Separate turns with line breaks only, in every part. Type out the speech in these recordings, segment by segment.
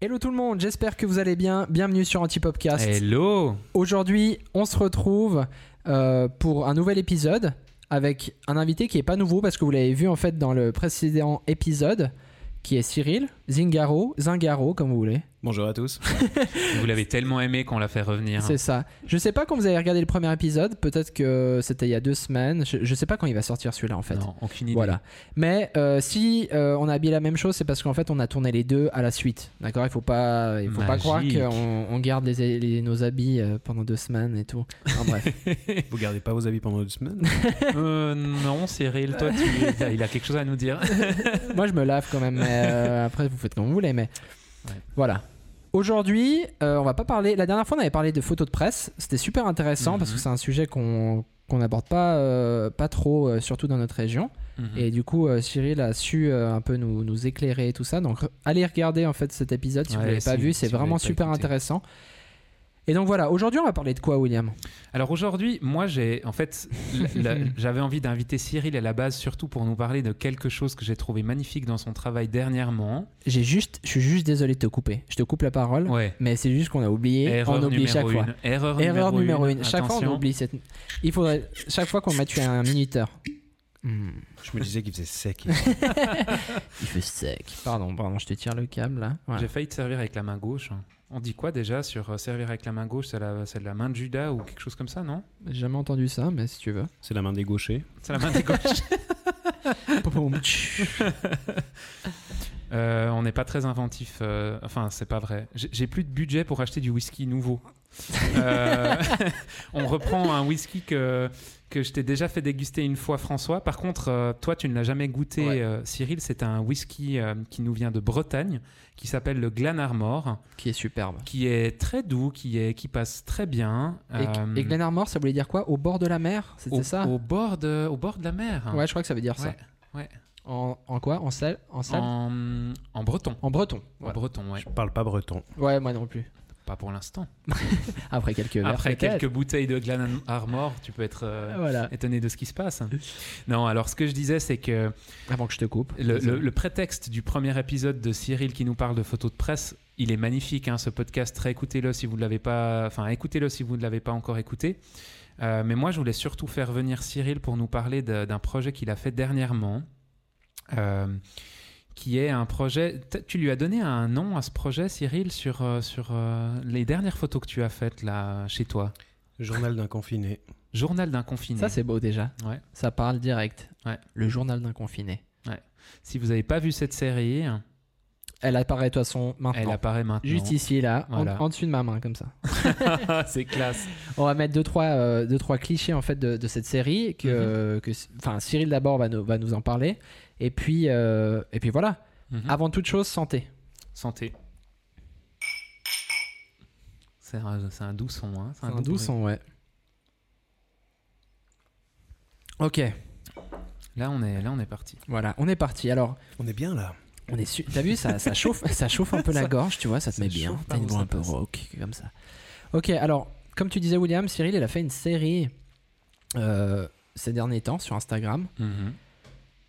Hello tout le monde, j'espère que vous allez bien. Bienvenue sur Antipopcast.
Hello
Aujourd'hui, on se retrouve euh, pour un nouvel épisode avec un invité qui est pas nouveau parce que vous l'avez vu en fait dans le précédent épisode qui est Cyril Zingaro, Zingaro comme vous voulez.
Bonjour à tous.
Vous l'avez tellement aimé qu'on l'a fait revenir.
C'est ça. Je sais pas quand vous avez regardé le premier épisode, peut-être que c'était il y a deux semaines. Je, je sais pas quand il va sortir celui-là en fait.
Non, aucune idée.
Voilà. Mais euh, si euh, on a habillé la même chose, c'est parce qu'en fait on a tourné les deux à la suite. D'accord Il faut pas, il faut pas
Magique.
croire qu'on on garde les- les- nos habits euh, pendant deux semaines et tout. Enfin, bref.
Vous gardez pas vos habits pendant deux semaines
Euh, non, Cyril, toi, tu... t'as- il a quelque chose à nous dire.
Moi je me lave quand même. Mais euh, après vous faites comme vous voulez. Mais
Ouais.
voilà. Aujourd'hui, euh, on va pas parler. La dernière fois, on avait parlé de photos de presse. C'était super intéressant parce que
Mhm.
c'est un sujet qu'on qu'on n'aborde pas, euh, pas trop, euh, surtout dans notre région.
Mhm.
Et du coup, euh, Cyril a su euh, un peu nous, nous éclairer et tout ça. Donc, re- allez regarder en fait cet épisode si vous
Ouais,
ne l'avez
si-
pas vu.
si
C'est
vous
vraiment
l'avez pas
super
écouté.
intéressant. Et donc voilà, aujourd'hui, on va parler de quoi, William
Alors aujourd'hui, moi, j'ai en fait, la- la- j'avais envie d'inviter Cyril à la base, surtout pour nous parler de quelque chose que j'ai trouvé magnifique dans son travail dernièrement.
J'ai juste, je suis juste désolé de te couper. Je te coupe la parole,
Ouais.
mais c'est juste qu'on a oublié.
Erreur
on oublie
numéro
chaque fois.
une. Erreur,
Erreur numéro une. Chaque fois, on
Attention.
oublie cette. Il faudrait chaque fois qu'on mette un minuteur. Hmm.
Je me disais qu'il faisait sec.
Il fait sec. Pardon, pardon, je te tire le câble là. Voilà.
J'ai failli te servir avec la main gauche. On dit quoi déjà sur euh, servir avec la main gauche C'est la, c'est la main de Judas ou quelque chose comme ça, non
J'ai jamais entendu ça, mais si tu veux.
C'est la main des gauchers.
C'est la main des gauches. Euh, on n'est pas très inventif. euh, enfin, c'est pas vrai. J'ai j'ai plus de budget pour acheter du whisky nouveau. Euh, on reprend un whisky que, que je t'ai déjà fait déguster une fois, François. Par contre, euh, toi, tu ne l'as jamais goûté,
Ouais.
euh, Cyril. C'est un whisky euh, qui nous vient de Bretagne, qui s'appelle le Glenarmor,
Qui est superbe.
qui est très doux, qui, est, qui passe très bien.
Et,
euh,
et Glenarmor, ça voulait dire quoi Au bord de la mer C'était
au,
ça
au bord de, au bord de la mer.
Ouais, je crois que ça veut dire ça.
Ouais, ouais.
En, en quoi En sel En, sel en...
En, en breton.
breton.
En breton, ouais.
Je parle pas breton.
Ouais, moi non plus.
Pas pour l'instant.
Après quelques verres,
Après
peut-être.
quelques bouteilles de Glen Armor, tu peux être euh,
Voilà.
étonné de ce qui se passe. Non, alors ce que je disais, c'est que
Avant que je te coupe.
le,
Désolé.
le- le prétexte du premier épisode de Cyril qui nous parle de photos de presse, il est magnifique. hein, ce podcast, réécoutez-le si vous ne l'avez pas, enfin écoutez-le si vous ne l'avez pas encore écouté. Euh, mais moi, je voulais surtout faire venir Cyril pour nous parler de- d'un projet qu'il a fait dernièrement. euh, qui est un projet. T- Tu lui as donné un nom à ce projet, Cyril, sur, euh, sur euh, les dernières photos que tu as faites là chez toi.
Journal d'un confiné.
Journal d'un confiné.
Ça, c'est beau déjà.
Ouais.
Ça parle direct.
Ouais.
Le journal d'un confiné.
Si vous n'avez pas vu cette série,
Ah, Elle apparaît de toute façon maintenant.
elle apparaît maintenant.
Juste ici, là, en-
Voilà.
en, dessous de ma main, comme ça.
c'est classe.
On va mettre deux trois, euh, deux, trois clichés en fait de, de cette série que,
Mhm.
que enfin Cyril d'abord va nous, va nous en parler et puis euh, et puis voilà.
Mhm.
Avant toute chose, santé.
Santé. C'est un, c'est un doux son. hein,
C'est un doux son, ouais. Ok,
Là, on est, là, on est parti.
voilà, on est parti. Alors,
On est bien là.
on est su- T'as vu, ça, ça, chauffe, ça chauffe un peu la gorge, tu vois, ça te
ça
met bien.
chauffe
T'as
par
une
où
voix
ça
un peu
passe.
rock, comme ça. Ok, alors, comme tu disais, William, Cyril, il a fait une série euh, ces derniers temps sur Instagram.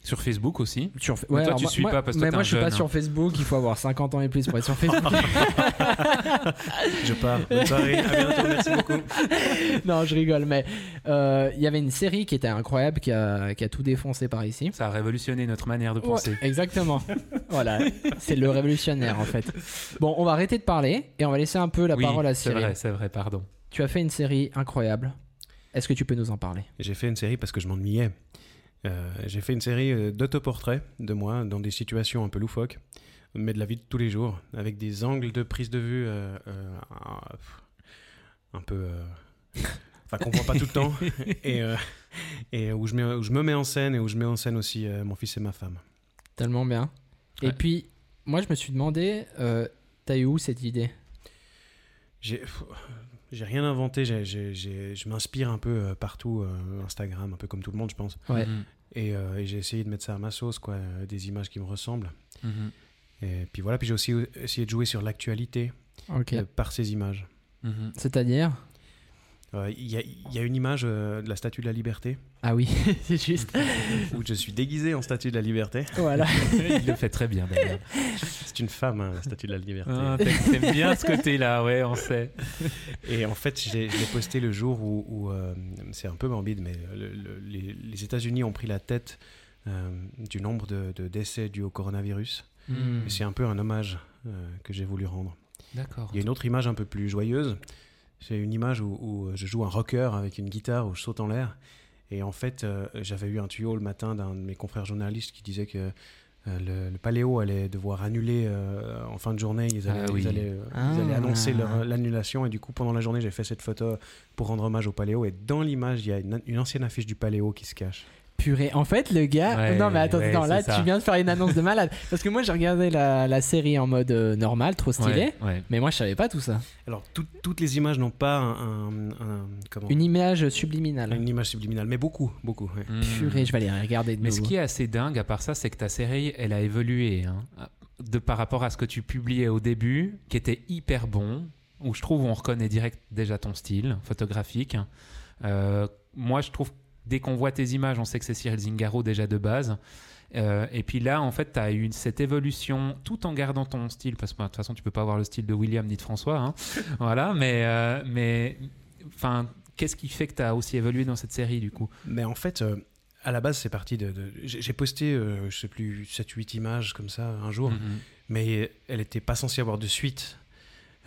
Sur Facebook aussi.
Sur fa-
Mais toi,
alors
tu
moi-
suis
moi-
pas parce que
mais
t'es
moi,
un
je suis pas
jeune,
sur
hein.
Facebook, il faut avoir 50 ans et plus pour être sur Facebook.
Je pars. Bonne soirée. À bientôt. Merci beaucoup.
non, je rigole, mais euh, il y avait une série qui était incroyable, qui a, qui a tout défoncé par ici.
Ça a révolutionné notre manière de penser.
Ouais, exactement. voilà, c'est le révolutionnaire en fait. Bon, on va arrêter de parler et on va laisser un peu la
Oui,
parole à
c'est
Cyril.
vrai, c'est vrai, pardon.
Tu as fait une série incroyable. Est-ce que tu peux nous en parler
J'ai fait une série parce que je m'ennuyais. Euh, J'ai fait une série euh, d'autoportraits de moi dans des situations un peu loufoques, mais de la vie de tous les jours, avec des angles de prise de vue euh, euh, un peu. euh, Enfin, qu'on voit pas tout le temps, et, euh, et où, je mets- où je me mets en scène et où je mets en scène aussi euh, mon fils et ma femme.
Tellement bien. Et
Ouais.
puis, moi, je me suis demandé, euh, t'as eu où cette idée
J'ai pff, j'ai rien inventé, j'ai- j'ai- j'ai- je m'inspire un peu euh, partout, euh, Instagram, un peu comme tout le monde, je pense.
Ouais.
Mhm,
Et, euh, et j'ai essayé de mettre ça à ma sauce, quoi, euh, des images qui me ressemblent.
mhm,
Et puis voilà, puis j'ai aussi essayé de jouer sur l'actualité
Ok.
euh, par ces images.
mhm.
C'est-à-dire
Euh, Il y, a- il y a une image euh, de la Statue de la Liberté
Ah oui, c'est juste.
où je suis déguisé en Statue de la Liberté.
voilà.
Il le fait très bien d'ailleurs.
C'est une femme, hein, la Statue de la Liberté.
Ah, t'a- T'aimes bien ce côté-là, ouais, on sait.
Et en fait, je l'ai je l'ai posté le jour où, où, euh, c'est un peu morbide, mais le- le- les, les États-Unis ont pris la tête euh, du nombre de, de décès dus au coronavirus.
Hmm.
Et C'est un peu un hommage euh, que j'ai voulu rendre.
D'accord.
Il y a une autre image un peu plus joyeuse. C'est une image où, où euh, je joue un rocker avec une guitare où je saute en l'air. Et en fait, euh, j'avais eu un tuyau le matin d'un de mes confrères journalistes qui disait que euh, le, le Paléo allait devoir annuler euh, en fin de journée. Ils allaient,
Ah oui.
ils allaient, euh,
Ah.
ils allaient annoncer leur- euh, l'annulation. Et du coup, pendant la journée, j'ai fait cette photo pour rendre hommage au Paléo. Et dans l'image, il y a une, une ancienne affiche du Paléo qui se cache.
Purée. En fait, le gars.
Ouais,
non, mais attends,
ouais,
attends, là,
c'est ça.
tu viens de faire une annonce de malade. Parce que moi, j'ai regardé la, la série en mode euh, normal, trop stylé.
Ouais, ouais.
Mais moi, je savais pas tout ça.
Alors, tout- toutes les images n'ont pas un, un- un- comment
Une image subliminale.
une image subliminale, mais beaucoup, beaucoup. ouais.
Hmm.
Purée, je vais aller regarder de
Mais ce
nouveau.
qui est assez dingue à part ça, c'est que ta série, elle a évolué. hein. De par rapport à ce que tu publiais au début, qui était hyper bon, où je trouve on reconnaît direct déjà ton style photographique. hein. Euh, moi, je trouve dès qu'on voit tes images, on sait que c'est Cyril Zingaro déjà de base. Euh, et puis là, en fait, tu as eu une- cette évolution tout en gardant ton style, parce que bah, de toute façon, tu peux pas avoir le style de William ni de François. hein. voilà, mais, euh, mais enfin, qu'est-ce qui fait que tu as aussi évolué dans cette série du coup
Mais en fait, euh, à la base, c'est parti de. de- j'ai j'ai posté, euh, je sais plus, 7-8 images comme ça un jour,
Mhm.
mais elle n'était pas censée avoir de suite.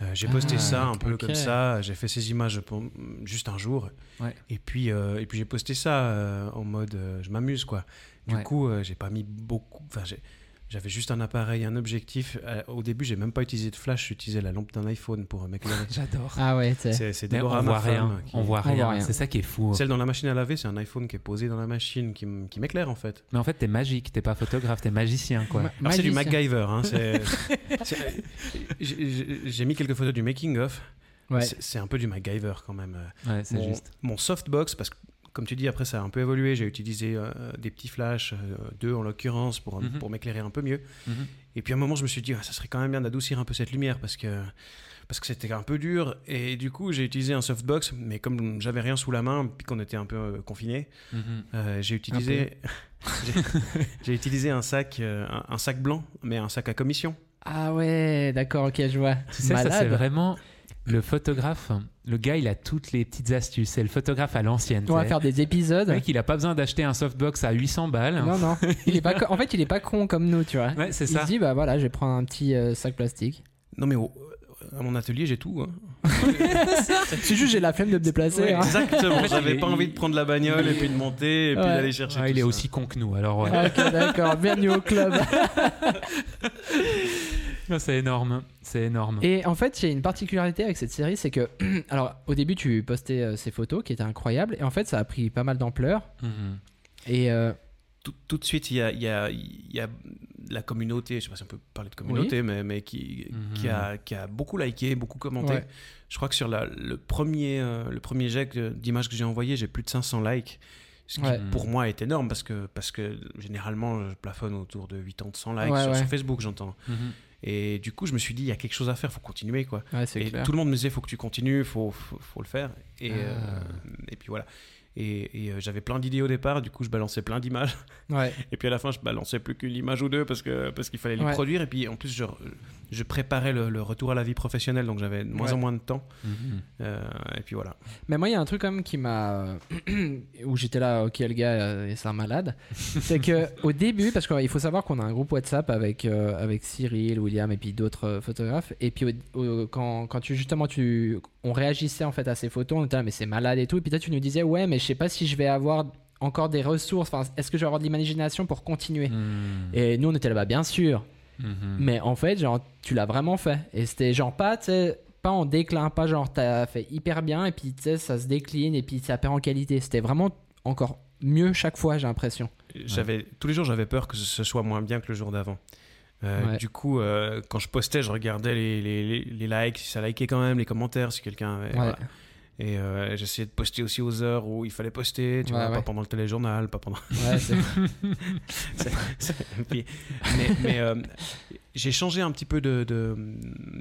Euh, j'ai posté
Ah,
ça un peu
ok.
comme ça, j'ai fait ces images pour- juste un jour,
Ouais.
et puis, euh, et puis j'ai posté ça euh, en mode euh, je m'amuse quoi. Du
Ouais.
coup, euh, j'ai pas mis beaucoup. Enfin, j'ai- j'avais juste un appareil, un objectif. Euh, au début, j'ai même pas utilisé de flash, j'ai utilisé la lampe d'un iPhone pour euh, m'éclairer.
J'adore.
Ah ouais, tu sais.
c'est c'est
Mais on
Déborah,
voit
ma femme,
rien.
qui-
On voit
On voit
rien.
rien.
C'est ça qui est fou.
Celle dans la machine à laver, c'est un iPhone qui est posé dans la machine qui m- qui m'éclaire en fait.
Mais en fait, t'es magique. T'es pas photographe, t'es magicien, quoi.
Ma-
Alors, c'est du
magicien.
MacGyver. hein, c'est- c'est- euh, j'ai- j'ai j'ai mis quelques photos du making of.
Ouais.
C'est c'est un peu du MacGyver quand même. euh,
Ouais, c'est
mon,
juste.
mon softbox, parce que comme tu dis, après ça a un peu évolué. J'ai utilisé euh, des petits flashs, euh, deux en l'occurrence, pour,
Mhm.
pour m'éclairer un peu mieux.
Mhm.
Et puis à un moment, je me suis dit, Ah, ça serait quand même bien d'adoucir un peu cette lumière parce que parce que c'était un peu dur. Et du coup, j'ai utilisé un softbox, mais comme j'avais rien sous la main, puis qu'on était un peu euh, confiné,
Mhm.
euh, j'ai utilisé j'ai- j'ai utilisé un sac euh, un, un sac blanc, mais un sac à commission.
Ah ouais, d'accord, ok, je vois.
Tu sais, ça, c'est
Malade.
vraiment le photographe. Le gars, il a toutes les petites astuces. C'est le photographe à l'ancienne.
On va
t'sais.
faire des épisodes.
Le mec, il a pas besoin d'acheter un softbox à 800 balles.
Non, non. Il est pas con- En fait, il est pas con comme nous, tu vois.
Ouais, c'est
il
ça.
se dit, bah voilà, je vais prendre un petit euh, sac plastique.
Non mais au- à mon atelier, j'ai tout. hein.
C'est juste, j'ai la flemme de me déplacer.
Ouais,
hein.
Exactement. J'avais
il-
pas envie de prendre la bagnole et puis de monter et puis
Ouais.
d'aller chercher.
Ah,
tout
il est
ça.
aussi con que nous, alors ouais.
Ok, d'accord. Bienvenue au club.
Non, c'est énorme, c'est énorme.
Et en fait, il y a une particularité avec cette série, c'est que, alors, au début, tu postais euh, ces photos qui étaient incroyables, et en fait, ça a pris pas mal d'ampleur.
Mhm.
Et euh,
tout, tout de suite, il y a, il y a- il y a la communauté, je sais pas si on peut parler de communauté, mais, mais qui,
Mhm.
qui, a, qui a beaucoup liké, beaucoup commenté.
Ouais.
Je crois que sur la- le, premier, euh, le premier jet que- d'images que j'ai envoyé, j'ai plus de 500 likes. Ce qui,
Ouais.
pour moi, est énorme parce que, parce que généralement, je plafonne autour de 80-100 likes
Ouais,
sur,
ouais.
sur Facebook, j'entends.
Mhm.
Et du coup, je me suis dit, il y a quelque chose à faire, faut continuer, quoi.
ouais, c'est
Et
clair.
tout le monde me disait, faut que tu continues, faut, faut, faut le faire. Et,
Ah.
euh, et puis voilà. Et, et, euh, j'avais plein d'idées au départ, du coup, je balançais plein d'images.
Ouais.
Et puis à la fin, je balançais plus qu'une image ou deux parce que parce qu'il fallait les
Ouais.
produire. Et puis en plus, je, je préparais le, le retour à la vie professionnelle, donc j'avais de moins
Ouais.
en moins de temps.
Mhm.
Euh, et puis voilà.
Mais moi, il y a un truc quand même qui m'a. euh, où j'étais là, ok, le gars, euh, c'est un malade. c'est que au début, parce qu'il faut savoir qu'on a un groupe WhatsApp avec, euh, avec Cyril, William et puis d'autres euh, photographes. Et puis au- au- quand, quand tu, justement, tu, on réagissait en fait à ces photos, on était là, mais c'est malade et tout. Et puis toi, tu nous disais, ouais, mais je sais pas si je vais avoir encore des ressources. Enfin, est-ce que je vais avoir de l'imagination pour continuer
Mhm.
Et nous, on était là-bas, bien sûr.
Mm.
Mhm.
Mais en fait, genre, tu l'as vraiment fait. Et c'était genre pas, tu sais, pas en déclin, pas genre t'as fait hyper bien et puis tu sais, ça se décline et puis ça perd en qualité. C'était vraiment encore mieux chaque fois, j'ai l'impression.
J'avais tous les jours, j'avais peur que ce soit moins bien que le jour d'avant. Euh,
Ouais.
Du coup, euh, quand je postais, je regardais les, les- les- les likes, si ça likait quand même, les commentaires, si quelqu'un. avait-
Ouais.
voilà. Et euh, j'essayais de poster aussi aux heures où il fallait poster, tu
Ouais,
vois, pas
ouais.
pendant le téléjournal, pas pendant.
Ouais, c'est-
Et puis- mais mais, euh, j'ai changé un petit peu de, de-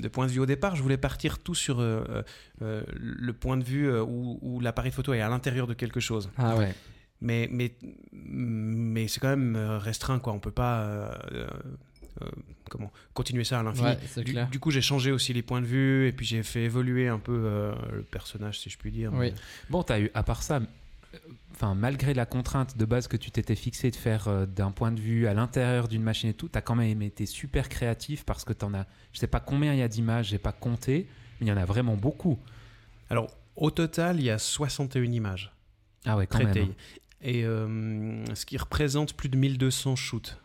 de point de vue au départ. Je voulais partir tout sur euh, euh, le point de vue euh, où, où l'appareil photo est à l'intérieur de quelque chose.
Ah ouais.
Mais, mais, mais c'est quand même euh, restreint, quoi. On peut pas euh, euh, comment, continuer ça à l'infini.
Ouais, c'est
du,
clair.
du coup, j'ai changé aussi les points de vue et puis j'ai fait évoluer un peu euh, le personnage, si je puis dire.
Oui.
Bon, t'as eu, à part ça, euh, enfin, malgré la contrainte de base que tu t'étais fixé de faire euh, d'un point de vue à l'intérieur d'une machine et tout, t'as quand même été super créatif parce que t'en as, je sais pas combien il y a d'images, j'ai pas compté, mais il y en a vraiment beaucoup.
Alors, au total, il y a 61 images
Ah ouais, quand
traitées.
même.
Et euh, ce qui représente plus de 1200 shoots.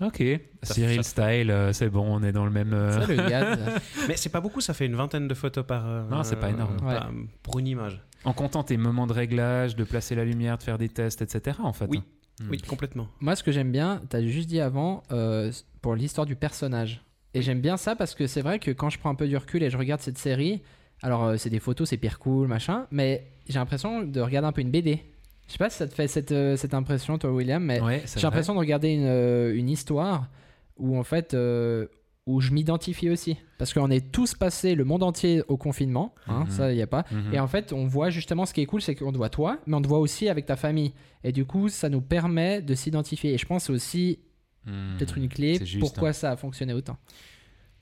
hein. Ok,
Ça-
Cyril Style, euh, c'est bon, on est dans le même. euh,
Salut Yann.
Mais c'est pas beaucoup, ça fait une vingtaine de photos par. euh,
Non, c'est pas énorme.
par- euh, Pour une image.
en comptant tes moments de réglage, de placer la lumière, de faire des tests, etc. En fait.
Oui.
hein. Hmm.
Oui, complètement.
Moi, ce que j'aime bien, t'as juste dit avant, euh, pour l'histoire du personnage. Et j'aime bien ça parce que c'est vrai que quand je prends un peu du recul et je regarde cette série, alors euh, c'est des photos, c'est pire cool, machin, mais j'ai l'impression de regarder un peu une BD. Je sais pas si ça te fait cette, euh, cette impression, toi, William, mais
hein. Ouais, c'est
j'ai
vrai.
l'impression de regarder une, euh, une histoire où en fait, euh, où je m'identifie aussi. Parce qu'on est tous passés, le monde entier, au confinement, hein,
Mhm.
ça, il n'y a pas.
Mhm.
Et en fait, on voit justement ce qui est cool, c'est qu'on te voit toi, mais on te voit aussi avec ta famille. Et du coup, ça nous permet de s'identifier. Et je pense aussi
Hmm.
peut-être une clé
C'est juste, hein.
pourquoi ça a fonctionné autant.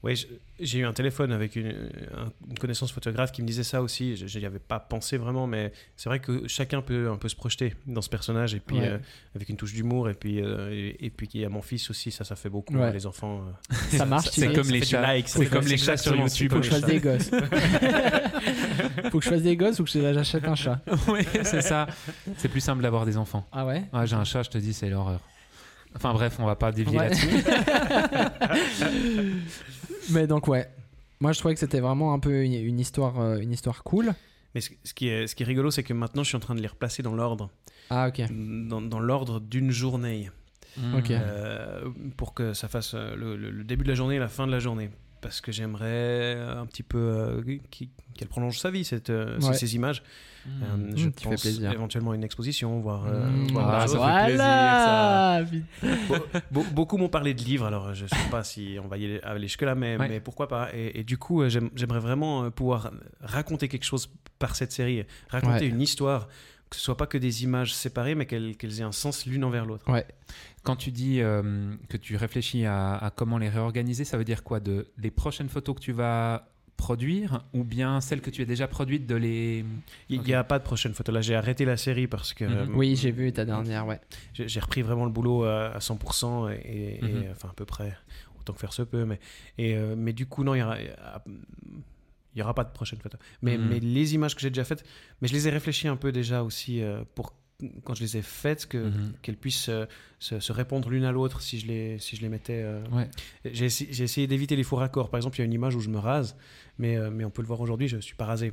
Oui, j'ai eu un téléphone avec une, un- une connaissance photographe qui me disait ça aussi. Je n'y avais pas pensé vraiment, mais c'est vrai que chacun peut un peu se projeter dans ce personnage et puis
Ouais.
euh, avec une touche d'humour et puis euh, et, et puis qu'il y a mon fils aussi. Ça, ça fait beaucoup
Ouais.
hein, les enfants. euh.
Ça marche. tu
C'est
dis.
comme les
fait du
chats.
like, ça
c'est
fait-
comme
c'est
les chats sur
exactement, c'est
YouTube.
Faut que je fasse
les
des gosses. Faut que je fasse des gosses ou que j'achète un chat.
Oui, c'est ça. C'est plus simple d'avoir des enfants.
Ah ouais.
Ah, j'ai un chat, je te dis, c'est l'horreur. Enfin bref, on va pas dévier
Ouais.
là-dessus.
Mais donc ouais. Moi, je trouvais que c'était vraiment un peu une, une histoire, euh, une histoire cool.
Mais ce, ce qui est ce qui est rigolo, c'est que maintenant, je suis en train de les replacer dans l'ordre,
Ah ok.
dans, dans l'ordre d'une journée,
Ok.
Hmm.
euh, pour que ça fasse euh, le, le- le début de la journée et la fin de la journée. Parce que j'aimerais un petit peu euh, qui- qu'elle prolonge sa vie, cette, euh, ces-
Ouais.
ces images. Euh,
Hmm.
je
Mm, tu fais
pense
plaisir.
éventuellement à une exposition, voire, euh,
Mmh.
voire
Ah,
autre
ça
chose.
fait
voilà. Putain.
Be- beaucoup m'ont parlé de livres, alors euh, je sais pas si on va y aller, aller jusque-là, mais,
Ouais.
mais pourquoi pas. Et, et du coup, euh, j'aime- j'aimerais vraiment euh, pouvoir raconter quelque chose par cette série, raconter
Ouais.
une histoire, que ce soit pas que des images séparées, mais qu'elles qu'elles aient un sens l'une envers l'autre.
Quand tu dis euh, que tu réfléchis à, à comment les réorganiser, ça veut dire quoi de les prochaines photos que tu vas produire ou bien celles que tu as déjà produites de les
Il
Ok.
n'y a pas de prochaine photo. Là, j'ai arrêté la série parce que
Mhm.
euh,
Oui, j'ai vu ta dernière. Ouais.
j'ai j'ai repris vraiment le boulot euh, à, à 100% et, et-
Mhm.
et, enfin à peu près autant que faire se peut mais et euh, mais du coup non il y aura il y aura pas de prochaine photo mais
Mhm.
mais les images que j'ai déjà faites mais je les ai réfléchies un peu déjà aussi euh, pour quand je les ai faites que
Mhm.
qu'elles puissent euh, se, se répondre l'une à l'autre si je les si je les mettais euh,
Ouais.
j'ai essayé- j'ai essayé d'éviter les faux raccords par exemple il y a une image où je me rase mais euh, mais on peut le voir aujourd'hui je suis pas rasé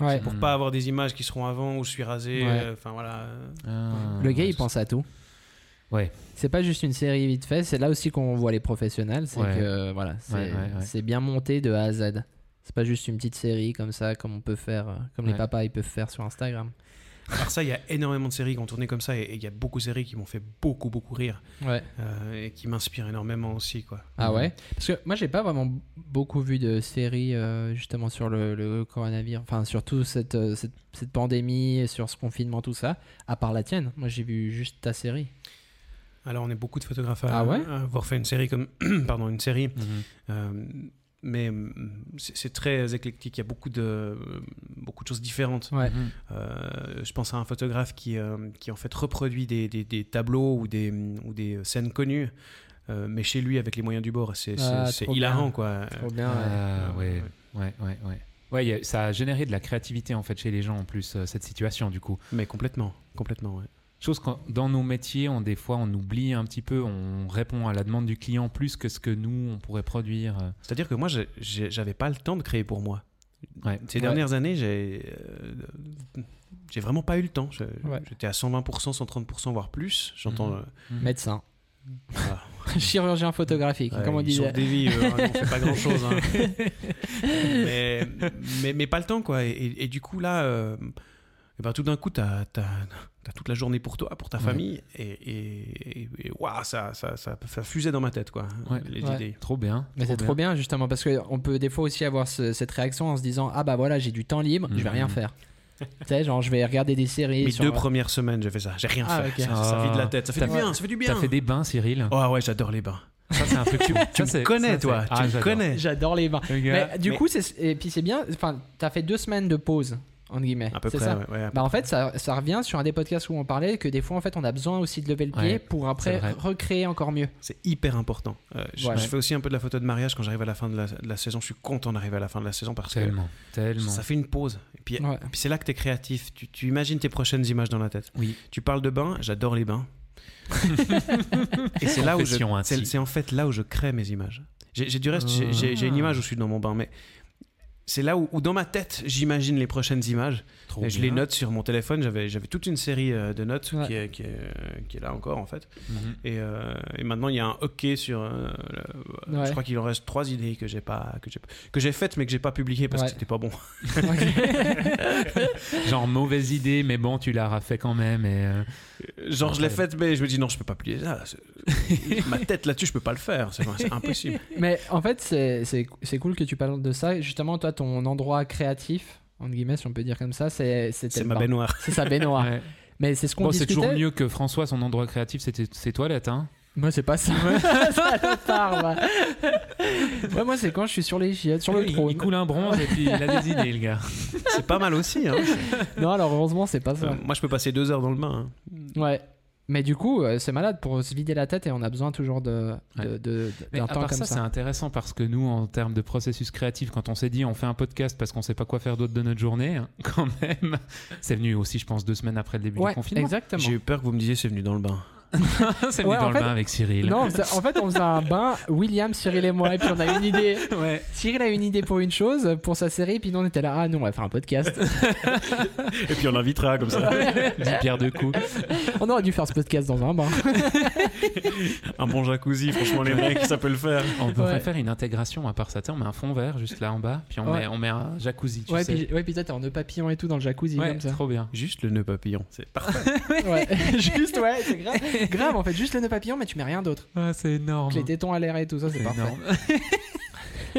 Ouais.
pour
Mhm.
pas avoir des images qui seront avant où je suis rasé
Mm. Ouais.
euh, enfin voilà
Ah,
Le gars, il
c'est-
pense à tout.
Ouais.
C'est pas juste une série vite fait, c'est là aussi qu'on voit les professionnels, c'est
Ouais.
que euh, voilà, c'est
Ouais, ouais, ouais.
c'est bien monté de A à Z. C'est pas juste une petite série comme ça, comme on peut faire, euh, comme les
Ouais.
papas ils peuvent faire sur Instagram.
Par ça, il y a énormément de séries qui ont tourné comme ça et et il y a beaucoup de séries qui m'ont fait beaucoup, beaucoup rire
Ouais.
euh, et qui m'inspirent énormément aussi. Quoi.
Ah ouais Parce que moi j'ai pas vraiment beaucoup vu de séries euh, justement sur le, le coronavirus, enfin surtout cette, euh, cette, cette pandémie, sur ce confinement, tout ça, à part la tienne. Moi j'ai vu juste ta série.
Alors, on est beaucoup de photographes à,
Ah ouais
à avoir fait une série comme. pardon, une série.
Mhm.
euh, mais mm, c'est c'est très éclectique. Il y a beaucoup de, beaucoup de choses différentes.
Ouais.
Mhm.
Euh, je pense à un photographe qui, euh, qui en fait reproduit des, des- des tableaux ou des, ou des scènes connues, euh, mais chez lui avec les moyens du bord. C'est
Ah,
c'est- c'est
trop
hilarant,
bien.
quoi.
Trop bien. ouais.
Ah, ouais. Ouais, ouais, ouais. Ouais, il y a- ça a généré de la créativité en fait chez les gens en plus euh, cette situation du coup.
Mais complètement, complètement, ouais.
Chose que dans nos métiers, on, des fois, on oublie un petit peu, on répond à la demande du client plus que ce que nous, on pourrait produire.
C'est-à-dire que moi, j'ai- j'ai- j'avais pas le temps de créer pour moi.
Ouais.
Ces
Ouais.
dernières années, j'ai euh, j'ai vraiment pas eu le temps. Je-
Ouais.
J'étais à 120%, 130%, voire plus. J'entends.
Mhm.
euh,
Médecin.
Ah.
Chirurgien photographique,
ouais,
comme on
ils
disait.
sauvent des vies, eux, hein, on fait pas grand-chose. hein. mais, mais, mais pas le temps, quoi. Et, et- et du coup, là, euh, et ben, tout d'un coup, tu as, toute la journée pour toi, pour ta
Ouais.
famille, et, et, et- et waouh, ça, ça, ça, ça fusait dans ma tête, quoi,
Ouais.
les
Ouais.
idées.
Euh, Trop bien.
Mais c'est trop bien justement parce qu'on peut des fois aussi avoir ce- cette réaction en se disant ah bah voilà j'ai du temps libre je vais
Mhm.
rien faire tu sais genre je vais regarder des séries
Mes
sur-
deux premières semaines, j'ai fait ça, j'ai rien
Ah,
fait.
ok.
Ça, ça
Ah.
vide la tête, ça fait du
T'as-
bien, ça fait du bien.
T'as fait des bains, Cyril.
Oh ouais, j'adore les bains.
Ça, c'est Ah, un truc que tu,
Tu me connais, toi, tu me connais.
j'adore les bains mais du
mais-
coup c'est et puis c'est bien enfin t'as fait deux semaines de pause entre guillemets
À peu
c'est
près,
ça
ouais, ouais, à peu
bah en fait ça, ça revient sur un des podcasts où on parlait que des fois en fait on a besoin aussi de lever le pied
Ouais,
pour après
c'est vrai.
recréer encore mieux
C'est hyper important. Euh, je,
Voilà.
je fais aussi un peu de la photo de mariage quand j'arrive à la fin de la, de la saison. Je suis content d'arriver à la fin de la saison parce que
Tellement, tellement.
ça fait une pause. Et puis,
Ouais.
et puis c'est là que tu es créatif. Tu, tu imagines tes prochaines images dans la tête.
Oui.
Tu parles de bain, j'adore les bains. et c'est là où je,
Confession
c'est,
intime.
c'est en fait là où je crée mes images. J'ai, j'ai du reste, j'ai, j'ai-
Ah.
j'ai une image où je suis dans mon bain, mais c'est là où, où dans ma tête j'imagine les prochaines images.
Trop
et je
bien.
les note sur mon téléphone. J'avais, j'avais toute une série euh, de notes
Ouais.
qui, est, qui, est- qui est là encore en fait.
Mhm.
Et, euh, et maintenant, il y a un hockey sur. euh, le-
Ouais.
Je crois qu'il en reste trois idées que j'ai pas que j'ai que j'ai faites mais que j'ai pas publiées parce
Ouais.
que c'était pas bon.
Genre mauvaise idée, mais bon, tu l'as fait quand même. Et, euh,
Genre, je
Ouais.
l'ai faite mais je me dis non, je peux pas publier ça. C'est- Ma tête là-dessus, je peux pas le faire. C'est c'est impossible.
Mais en fait, c'est- c'est c'est cool que tu parles de ça. Justement, toi, ton endroit créatif, entre guillemets, si on peut dire comme ça, c'est c'était
C'est
le
ma
bain.
baignoire.
C'est sa baignoire.
ouais.
Mais c'est ce qu'on
Bon, c'est
discutait.
toujours mieux que François, son endroit créatif, c'était ses toilettes. Hein.
Moi, c'est pas ça. Ça le parle, moi. Ouais, moi, c'est quand je suis sur les chiottes, sur le
il,
trône.
il coule un bronze et puis il a des idées, le gars.
C'est pas mal aussi. hein.
Non, alors heureusement, c'est pas ça.
Euh, moi, je peux passer deux heures dans le bain. hein.
Ouais. Mais du coup, euh, c'est malade pour se vider la tête et on a besoin toujours de de-
Ouais.
de-
Mais
d'un
à
temps
part
comme
ça,
ça.
c'est intéressant parce que nous, en termes de processus créatif, quand on s'est dit on fait un podcast parce qu'on sait pas quoi faire d'autre de notre journée, hein, quand même, c'est venu aussi, je pense, deux semaines après le début
Ouais,
du confinement.
exactement.
J'ai eu peur que vous me disiez c'est venu dans le bain.
c'est venu
Ouais, en
dans le
fait-
bain avec Cyril.
Non, on faisait- en fait, on faisait un bain, William, Cyril et moi, et puis on a une idée.
Ouais.
Cyril a une idée pour une chose, pour sa série, puis nous on était là, ah non, on va faire un podcast.
Et puis on l'invitera comme ça.
Dix pierres de coups.
on aurait dû faire ce podcast dans un bain.
Un bon jacuzzi, franchement les mecs, ça peut le faire.
On pourrait
Ouais.
faire une intégration à part ça. Tu sais, on met un fond vert juste là en bas, puis on,
Ouais.
met, on met un jacuzzi, tu
ouais,
sais.
puis, ouais, puis toi t'es en nœud papillon et tout dans le jacuzzi
Ouais,
comme ça.
trop bien.
Juste le nœud papillon, c'est parfait.
Ouais. juste, ouais, c'est grave. grave en fait, juste le nœud papillon, mais tu mets rien d'autre.
c'est énorme.
Donc, les tétons à l'air et tout ça, c'est parfait.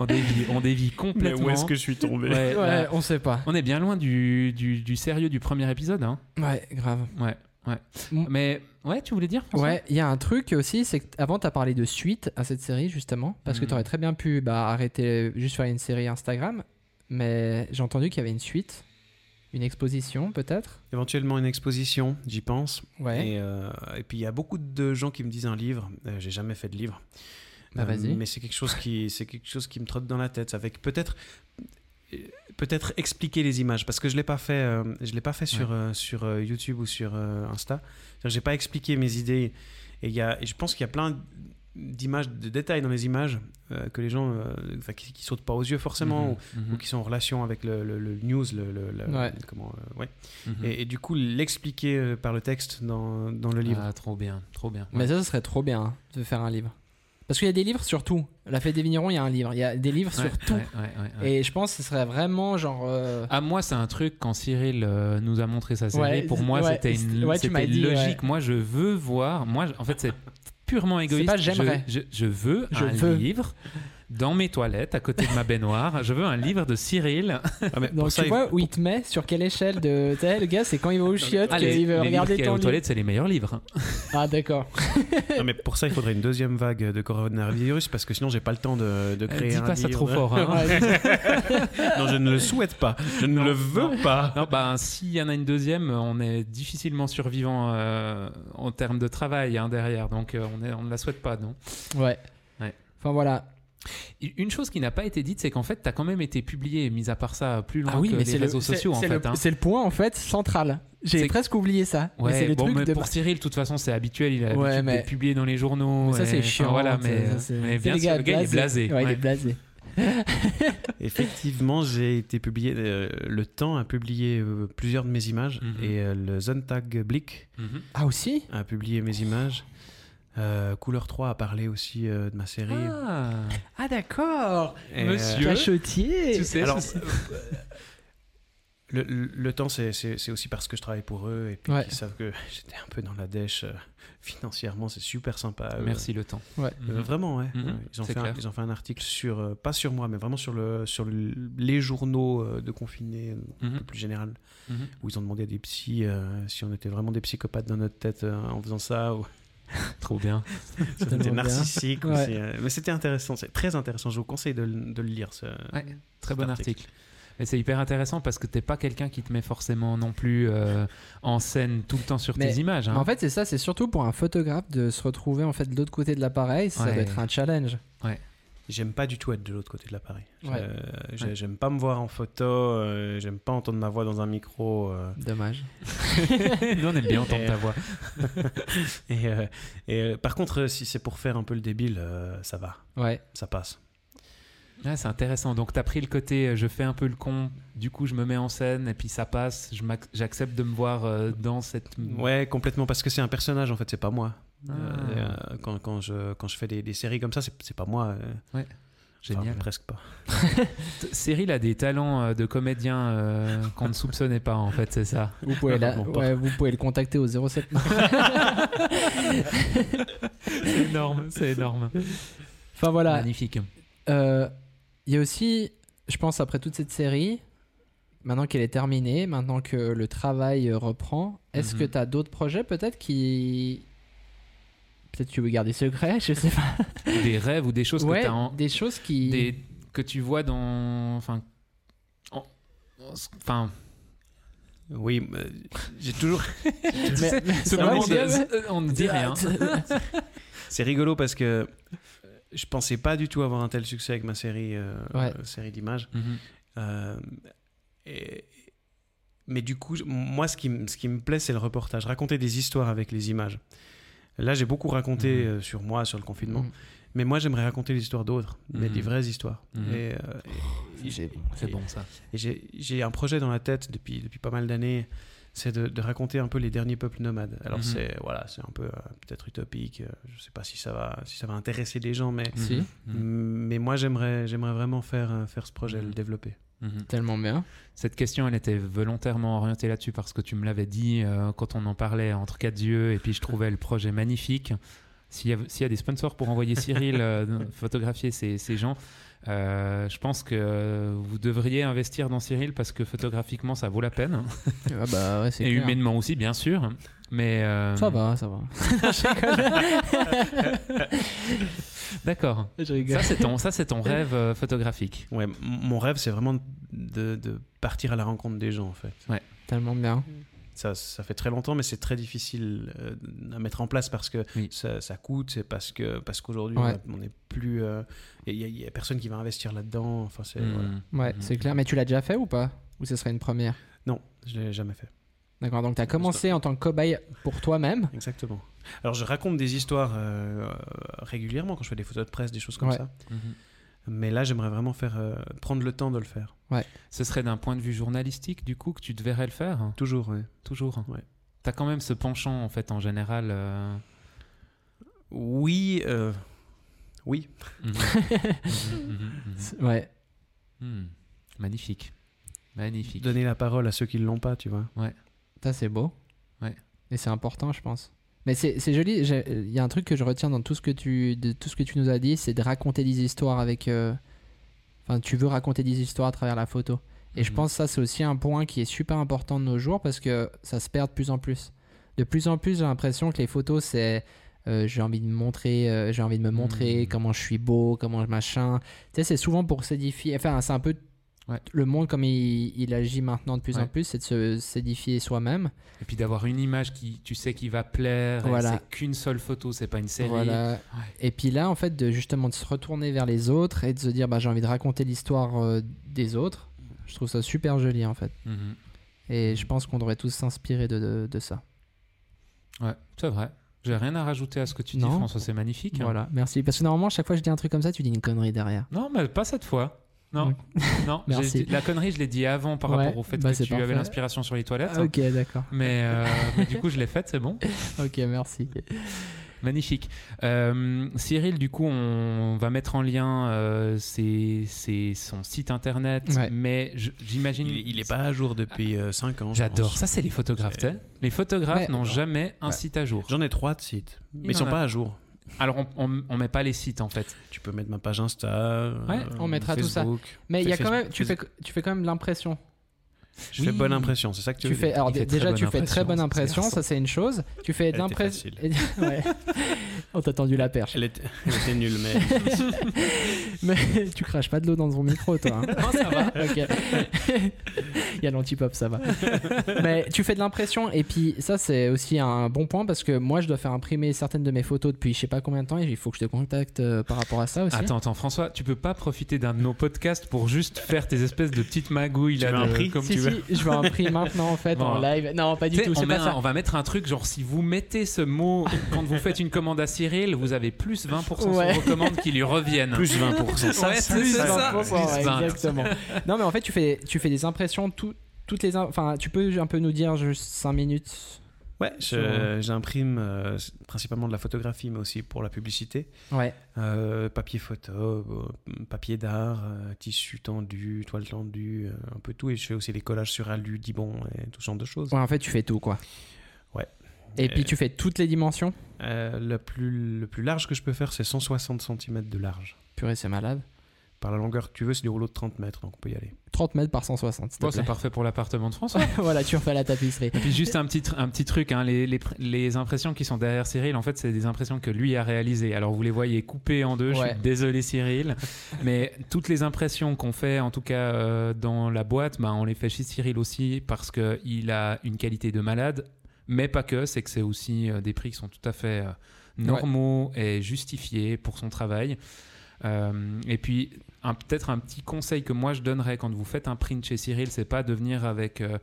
on, dévie, on dévie
Mais
complètement.
où est-ce que je suis tombé
Ouais,
Ouais, là,
on sait pas.
on est bien loin du, du, du sérieux du premier épisode. Hein.
Ouais, grave.
Ouais, ouais.
Mm.
Mais ouais, tu voulais dire François
Ouais, il y a un truc aussi, c'est que avant t'as parlé de suite à cette série justement, parce que
Mhm.
t'aurais très bien pu bah, arrêter, juste faire une série Instagram, mais j'ai entendu qu'il y avait une suite, une exposition peut-être.
Éventuellement une exposition, j'y pense.
Ouais.
Et, euh, et puis il y a beaucoup de gens qui me disent un livre. Euh, J'ai jamais fait de livre.
Bah, vas-y.
Euh, Mais c'est quelque chose qui c'est quelque chose qui me trotte dans la tête. Avec peut-être euh, peut-être expliquer les images parce que je l'ai pas fait euh, je l'ai pas fait sur euh, sur euh, YouTube ou sur euh, Insta. C'est-à-dire, J'ai pas expliqué mes idées. Et il y a et je pense qu'il y a plein d'images de détails dans les images euh, que les gens euh, enfin, qui, qui sautent pas aux yeux forcément
Mhm,
ou- ou,
mhm,
qui sont en relation avec le, le- le news le, le- le-
Ouais.
comment euh, ouais.
mhm.
Et, et du coup, l'expliquer euh, par le texte dans, dans le livre.
Ah, trop bien, trop bien.
Mais ça, ce serait trop bien hein, de faire un livre. Parce qu'il y a des livres sur tout. La fête des vignerons, il y a un livre. Il y a des livres sur tout. Et je pense que ce serait vraiment genre. euh,
À Ah, moi, c'est un truc quand Cyril euh, nous a montré sa série.
Ouais,
pour moi,
ouais,
c'était une
c'est- ouais, tu
c'était
m'as dit, ouais.
logique. Moi, je veux voir. Moi, je- en fait, c'est purement égoïste.
pas j'aimerais.
Je, je- je veux
Je
un
veux.
livre dans mes toilettes, à côté de ma baignoire. je veux un livre de Cyril.
Ah, mais
Donc
pour ça,
tu
il-
vois où il te met, sur quelle échelle de. Tu sais, le gars, c'est quand il va aux chiottes
Ah, les,
qu'il veut
les livres
regarder
qu'il y a
ton
aux
livre.
toilettes, c'est les meilleurs livres. hein.
Ah, d'accord.
non, mais pour ça, il faudrait une deuxième vague de coronavirus parce que sinon, j'ai pas le temps de, de
Euh,
créer
dis
un
pas ça
livre.
trop fort. hein.
Ouais, c'est-
non, je ne le souhaite pas. Je ne
Non,
le veux pas.
Non, ben, s'il y en a une deuxième, on est difficilement survivant euh, en termes de travail hein, derrière. Donc, euh, on, est- on ne la souhaite pas, non
ouais.
Ouais.
Enfin voilà.
Une chose qui n'a pas été dite, c'est qu'en fait, tu as quand même été publié, mis à part ça, plus loin
Ah oui,
que
mais
les
c'est
réseaux
le, c'est-
sociaux, en
c'est
fait.
le-
hein.
c'est le point en fait central. J'ai
C'est-
presque oublié ça. Mais
Ouais,
c'est le
bon,
truc
mais
de.
pour Cyril, de toute façon, c'est habituel, il a
Ouais,
l'habitude
mais-
de publier dans les
Mais
journaux.
ça
et-
c'est
enfin,
chiant.
voilà, mais, euh,
ça, c'est-
mais
c'est
bien
le
sûr,
gars
le gars, il est blasé.
Ouais, il est
ouais.
blasé.
Effectivement, j'ai été publié. euh, le temps a publié euh, plusieurs de mes images
Mhm.
et euh, le Zontag Blick
Mhm.
Ah aussi
a publié mes images. Euh, Couleur 3 a parlé aussi euh, de ma série.
Ah,
Ah d'accord.
Et, euh,
monsieur. Dieu. euh,
Cachotier.
tu sais,
Alors,
ce-
euh, Le, le- le temps, c'est- c'est c'est aussi parce que je travaille pour eux et puis
Ouais.
qu'ils savent que j'étais un peu dans la dèche euh, financièrement. C'est super sympa. euh, à eux.
Merci le temps.
Ouais.
Mhm.
Euh, Vraiment, ouais.
Mhm,
Ouais. Ils, ont
c'est
fait un,
clair.
ils ont fait un article sur, euh, pas sur moi, mais vraiment sur, le, sur le- les journaux euh, de confinés, euh, un
Mhm.
peu plus général,
Mhm.
où ils ont demandé à des psys euh, si on était vraiment des psychopathes dans notre tête euh, en faisant ça, ou
Trop bien.
si on
Tellement
était
bien.
narcissique. ou
Ouais.
si, euh, Mais c'était intéressant, c'est très intéressant. Je vous conseille de, le- de le lire. ce-
Ouais, Très
cet
bon article. Et c'est hyper intéressant parce que t'es pas quelqu'un qui te met forcément non plus euh, en scène tout le temps sur
Mais-
tes images. hein.
Mais en fait, c'est ça, c'est surtout pour un photographe de se retrouver en fait de l'autre côté de l'appareil, ça
Ouais.
doit être un challenge.
J'aime pas du tout être de l'autre côté de l'appareil. Je-
Ouais.
euh, j'ai-
Ouais.
J'aime pas me voir en photo, euh, j'aime pas entendre ma voix dans un micro. euh,
Dommage.
Nous, on aime bien entendre ta voix.
et euh, et, euh, par contre, euh, si c'est pour faire un peu le débile, euh, ça va,
Ouais.
ça passe.
Ah, c'est intéressant. Donc, tu as pris le côté euh, je fais un peu le con, du coup, je me mets en scène et puis ça passe. Je m'ac- J'accepte de me voir euh, dans cette.
Ouais, complètement, parce que c'est un personnage en fait, c'est pas moi.
Ah.
Euh, euh, quand, quand je, quand je fais des, des séries comme ça, c'est c'est pas moi. euh.
Génial.
Enfin, presque pas.
T- Cyril a des talents euh, de comédien euh, qu'on ne soupçonnait pas, en fait, c'est ça.
Vous pouvez, la-
Raconte pas.
ouais, vous pouvez le contacter au 07.
C'est énorme, c'est énorme.
enfin voilà.
Magnifique.
Euh, Il y a aussi, je pense, après toute cette série, maintenant qu'elle est terminée, maintenant que le travail euh, reprend, est-ce
Mhm.
que tu as d'autres projets peut-être qui. Peut-être tu veux garder secret, je sais pas.
Des rêves ou des choses que
Ouais,
tu as en,
des choses qui.
des- que tu vois dans. Enfin. en- en- Enfin,
Oui, euh, j'ai toujours.
Mais-
tu sais,
mais
ce
ça va,
moment
monsieur
de- euh, on ne dit rien.
C'est rigolo parce que euh, je pensais pas du tout avoir un tel succès avec ma série, euh,
Ouais.
euh, série d'images.
Mhm.
Euh, et- mais du coup, je- moi, ce qui, m- ce qui me plaît, c'est le reportage, raconter des histoires avec les images. Là, j'ai beaucoup raconté
Mhm.
euh, sur moi, sur le confinement,
Mhm.
Mm.
mais moi, j'aimerais raconter les histoires d'autres, mais
Mhm.
des vraies histoires.
Mhm.
Et, euh, et-
Oh, C'est bon,
C'est bon, ça.
et j'ai- j'ai un projet dans la tête depuis, depuis pas mal d'années, c'est de, de raconter un peu les derniers peuples nomades. Alors,
Mhm.
c'est voilà, c'est un peu euh, peut-être utopique, euh, je sais pas si ça, va, si ça va intéresser des gens, mais,
Si.
Mhm. Mhm.
mais moi, j'aimerais j'aimerais vraiment faire, euh, faire ce projet,
Mhm.
le développer.
Mhm.
Tellement bien.
Cette question, elle était volontairement orientée là-dessus parce que tu me l'avais dit euh, quand on en parlait entre quatre yeux et puis je trouvais le projet magnifique. S'il y, a- s'il y a des sponsors pour envoyer Cyril euh, photographier ces, ces gens, euh, je pense que vous devriez investir dans Cyril parce que photographiquement, ça vaut la peine.
Ah bah ouais, c'est
Et
clair.
humainement aussi, bien sûr. Mais euh,
Ça va, ça va.
D'accord.
je rigole.
Ça, c'est ton, ça, c'est ton rêve euh, photographique.
Ouais, m- mon rêve, c'est vraiment de, de partir à la rencontre des gens, en fait.
Tellement bien.
Ça, ça fait très longtemps, mais c'est très difficile euh, à mettre en place parce que
Oui.
ça, ça coûte, c'est parce que parce qu'aujourd'hui,
Ouais.
on n'est plus... euh, Il n'y a, il y a personne qui va investir là-dedans. Enfin, c'est... voilà.
Mhm.
Ouais,
Mhm.
c'est clair. Mais tu l'as déjà fait ou pas Ou ce serait une première
Non, je l'ai jamais fait.
D'accord, donc t'as commencé en tant que cobaye pour toi-même.
Exactement. Alors, je raconte des histoires euh, euh, régulièrement quand je fais des photos de presse, des choses comme
Ouais.
ça.
Mhm.
Mais là, j'aimerais vraiment faire, euh, prendre le temps de le faire.
Ce serait d'un point de vue journalistique, du coup, que tu devrais le faire
Toujours, ouais.
Toujours.
Ouais.
T'as quand même ce penchant en fait en général. euh,
Oui, euh, oui.
mhm, mhm, mhm,
Ouais.
mhm. Mhm. Magnifique. Magnifique.
Donner la parole à ceux qui ne l'ont pas, tu vois.
Ça, c'est beau.
Ouais.
Et c'est important, je pense. Mais c'est c'est joli. j'ai- Il y a un truc que je retiens dans tout ce que tu, de tout ce que tu nous as dit, c'est de raconter des histoires avec. euh, Enfin, tu veux raconter des histoires à travers la photo. Et je
Mhm.
pense que ça, c'est aussi un point qui est super important de nos jours parce que ça se perd de plus en plus. De plus en plus, j'ai l'impression que les photos, c'est. euh, j'ai envie de montrer, euh, j'ai envie de me montrer
Mhm.
comment je suis beau, comment je machin. Tu sais, c'est souvent pour s'édifier. Enfin, c'est un peu
Ouais.
le monde comme il, il agit maintenant de plus en
Ouais.
plus, c'est de se- s'édifier soi-même.
Et puis d'avoir une image qui, tu sais, qui va plaire. et
Voilà.
C'est qu'une seule photo, c'est pas une série.
Voilà. Et puis là, en fait, de justement de se retourner vers les autres et de se dire, bah, j'ai envie de raconter l'histoire euh, des autres. Je trouve ça super joli, en fait.
Mhm.
Et je pense qu'on devrait tous s'inspirer de, de, de ça.
Ouais, c'est vrai. J'ai rien à rajouter à ce que tu dis,
Non.
François. C'est magnifique. hein.
Voilà, merci. Parce que normalement, chaque fois que je dis un truc comme ça, tu dis une connerie derrière.
Non, mais pas cette fois. Non, non. j'ai
Merci.
dit- la connerie, je l'ai dit avant par
Ouais,
rapport au fait
bah,
que
c'est
tu avais
parfait.
l'inspiration sur les toilettes. hein.
ok, Ah, d'accord.
Mais, euh, mais du coup, je l'ai faite, c'est bon.
Ok, merci.
Magnifique. Euh, Cyril, du coup, on va mettre en lien euh, ses- ses- son site internet,
Ouais.
mais je- j'imagine.
Il, il est pas à jour depuis 5 ans. je
J'adore.
pense.
Ça, c'est les photographes.
C'est-
t'sais. Les photographes
Ouais.
n'ont jamais un
Ouais.
site à jour.
J'en ai trois de sites, mais ils
en
sont
a.
pas à jour.
Alors, on, on, on met pas les sites en fait.
Tu peux mettre ma page Insta. euh,
Ouais,
on mettra tout ça.
tout ça.
Mais il y a quand même, tu fais, tu fais quand même l'impression.
Je fais
Oui.
bonne impression, c'est ça que tu,
Tu
veux
fais,
dire.
alors,
il fait
d- déjà,
très
tu
bonne
fais très bonne
impression,
impression,
c'est-
ça c'est une chose. Tu fais de
était
l'impression. Ouais. On t'a tendu la perche.
Elle était, elle était nulle, mais
Mais tu craches pas de l'eau dans ton micro, toi. hein.
Non, ça va.
Ok. Il y a l'anti-pop, ça va. Mais tu fais de l'impression, et puis ça, c'est aussi un bon point parce que moi, je dois faire imprimer certaines de mes photos depuis je sais pas combien de temps et il faut que je te contacte euh, par rapport à ça aussi.
Attends, attends, François, tu peux pas profiter d'un de nos podcasts pour juste faire tes espèces de petites magouilles
Tu
là,
veux un
de-
prix
comme
si,
tu veux.
si, je vais un prix maintenant en fait
Bon.
en live. Non, pas du
Tu sais,
tout,
on,
c'est
met
pas
un-
ça.
on va mettre un truc genre si vous mettez ce mot quand vous faites une commande à Cyril, vous avez plus 20%
Ouais.
sur vos commandes qui lui reviennent.
plus 20%.
Ouais, c'est
Plus 20%,
ça, plus hein.
ouais,
20.
exactement. non, mais en fait, tu fais, tu fais des impressions, tout- toutes les. im- Enfin, tu peux un peu nous dire juste 5 minutes.
Ouais, je- j'imprime euh, principalement de la photographie, mais aussi pour la publicité.
Ouais.
Euh, papier photo, euh, papier d'art, euh, tissu tendu, toile tendue, euh, un peu tout. Et je fais aussi des collages sur alu, dibon et tout ce genre de choses.
Ouais, en fait, tu fais tout quoi.
Ouais.
Et
Et-
puis tu fais toutes les dimensions.
Euh, le, plus, le plus large que je peux faire, c'est 160 cm de large.
Purée, c'est malade.
Par la longueur que tu veux, c'est des rouleaux de 30 mètres, donc on peut y aller.
30 mètres par 160, s'il te
Bon, c'est
plaît.
parfait pour l'appartement de François.
voilà, tu refais la tapisserie.
Ah
Et puis juste un petit, tr- un petit truc, hein, les, les pr- les impressions qui sont derrière Cyril, en fait, c'est des impressions que lui a réalisées. Alors vous les voyez coupées en deux, je
Ouais.
suis désolé Cyril, mais toutes les impressions qu'on fait, en tout cas euh, dans la boîte, bah, on les fait chez Cyril aussi parce qu'il a une qualité de malade, mais pas que, c'est que c'est aussi euh, des prix qui sont tout à fait euh, normaux et justifiés pour son travail. Euh, et puis un- peut-être un petit conseil que moi je donnerais quand vous faites un print chez Cyril, c'est pas de venir avec euh,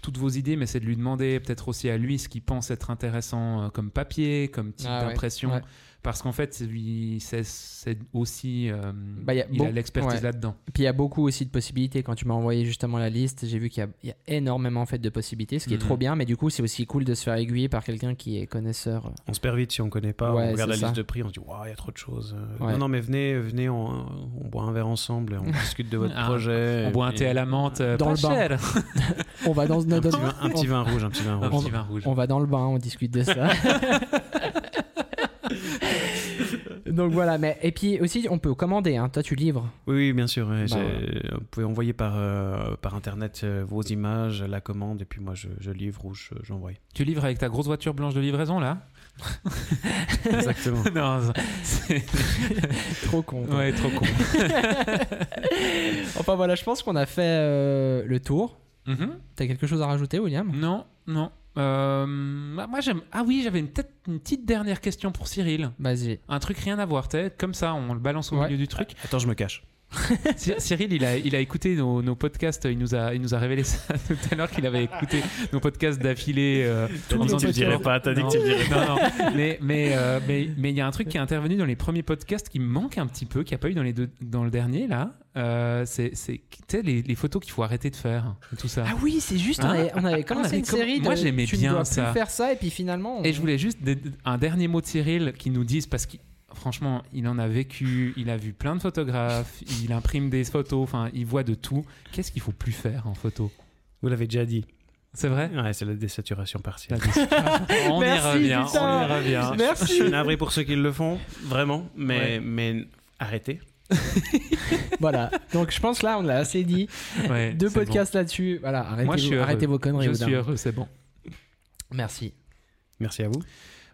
toutes vos idées, mais c'est de lui demander peut-être aussi à lui ce qu'il pense être intéressant euh, comme papier, comme type
Ah ouais,
d'impression,
ouais.
parce qu'en fait, c'est lui- c'est- c'est aussi euh,
Bah, y a
il
beau-
a l'expertise
ouais.
là-dedans.
Et Puis il y a beaucoup aussi de possibilités. Quand tu m'as envoyé justement la liste, j'ai vu qu'il y a- il y, a énormément en fait de possibilités, ce qui est
Mhm.
trop bien. Mais du coup, c'est aussi cool de se faire aiguiller par quelqu'un qui est connaisseur.
On se perd vite si on connaît pas,
Ouais,
on regarde
c'est
la
ça.
liste de prix, on se dit waouh, il y a trop de choses. Euh,
Ouais.
Non, non, mais venez, venez, on, on boit un verre ensemble, et on discute de votre
Ah,
projet.
On boit un
et-
thé à la menthe, euh,
Dans
pas
le bain.
cher.
On va dans
Un
notre-
petit, vin, un petit vin rouge, un petit vin
un
rouge.
petit vin rouge.
on va dans le bain, on discute de ça. Donc voilà, mais et puis aussi on peut commander. hein. Toi, tu livres.
Oui, oui, bien sûr. ouais,
Bah,
j'ai- Vous pouvez envoyer par, euh, par internet euh, vos images, la commande, et puis moi je, je livre ou je- j'envoie.
Tu livres avec ta grosse voiture blanche de livraison là
Exactement.
Non, c'est
Trop con. toi.
ouais, trop con.
Enfin voilà, je pense qu'on a fait euh, le tour.
Mhm.
T'as quelque chose à rajouter, William
Non, non. Euh, moi j'aime. Ah oui, j'avais une- peut-être une petite dernière question pour Cyril.
Vas-y.
Un truc rien à voir, t'es comme ça, on le balance au
Ouais.
milieu du truc.
Ah, Attends, je me cache.
Cy- Cyril, il a, il a écouté nos, nos podcasts, il nous, a, il nous a révélé ça tout à l'heure qu'il avait écouté nos podcasts d'affilée. euh,
T'as
en
dit que
faisant
tu
du
le dirais
sport.
pas, t'as dit
Non,
que tu le dirais
non, non. Mais mais, euh, mais- mais il y a un truc qui est intervenu dans les premiers podcasts qui me manque un petit peu, qui n'y a pas eu dans, les deux, dans le dernier là. Euh, c'est c'est- tu sais, les, les photos qu'il faut arrêter de faire, et tout ça.
Ah oui, c'est juste, on
Hein
avait, on avait commencé
avait
une
comm-
série de.
Moi, j'aimais
tu
bien
ne dois
ça.
plus faire ça, et puis finalement. on-
Et je voulais juste des- un dernier mot de Cyril qui nous dise, parce que franchement, il en a vécu, il a vu plein de photographes, il imprime des photos, enfin, il voit de tout. Qu'est-ce qu'il faut plus faire en photo
Vous l'avez déjà dit.
C'est vrai
Ouais, c'est la désaturation partielle.
On
Merci,
y revient,
putain.
on y revient.
Je suis navré pour ceux qui le font, vraiment, mais,
Ouais.
mais arrêtez.
Voilà. Donc je pense là, on l'a assez dit.
Ouais,
Deux
c'est bon.
podcasts là-dessus. Voilà. Arrêtez,
Moi, je suis
vos,
heureux.
arrêtez vos conneries.
Je
au bout d'un
suis
moment.
heureux, c'est bon.
Merci.
Merci à vous.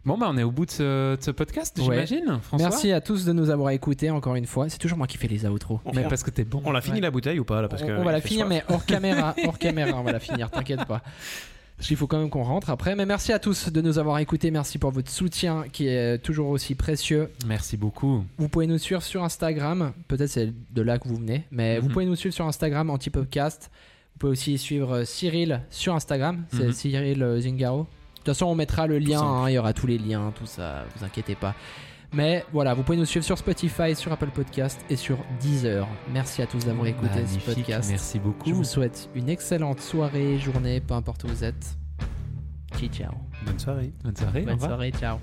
Bon, bah, on est au bout de ce, de ce podcast,
Ouais.
j'imagine, François.
Merci à tous de nous avoir écoutés encore une fois. C'est toujours moi qui fais les outros.
On,
Mais
on-
parce que t'es bon.
on l'a fini
Ouais.
la bouteille ou pas là parce
on,
que
on va
il
la
fait
finir,
soif.
mais hors caméra. Hors caméra, on va la finir, t'inquiète pas. Parce qu'il faut quand même qu'on rentre après. Mais merci à tous de nous avoir écoutés. Merci pour votre soutien qui est toujours aussi précieux.
Merci beaucoup.
Vous pouvez nous suivre sur Instagram. Peut-être c'est de là que vous venez. Mais vous
Mhm.
pouvez nous suivre sur Instagram, Antipopcast. Vous pouvez aussi suivre euh, Cyril sur Instagram. C'est
Mhm.
Cyril euh, Zingaro. De toute façon, on mettra le lien.
simple.
hein, il y aura tous les liens, tout ça. Vous inquiétez pas. Mais voilà, vous pouvez nous suivre sur Spotify, sur Apple Podcast et sur Deezer. Merci à tous d'avoir écouté
Magnifique,
ce podcast.
Merci beaucoup.
Je vous souhaite une excellente soirée, journée, peu importe où vous êtes. Ciao, ciao.
Bonne soirée.
Bonne soirée. au
Bonne
revoir.
soirée, ciao.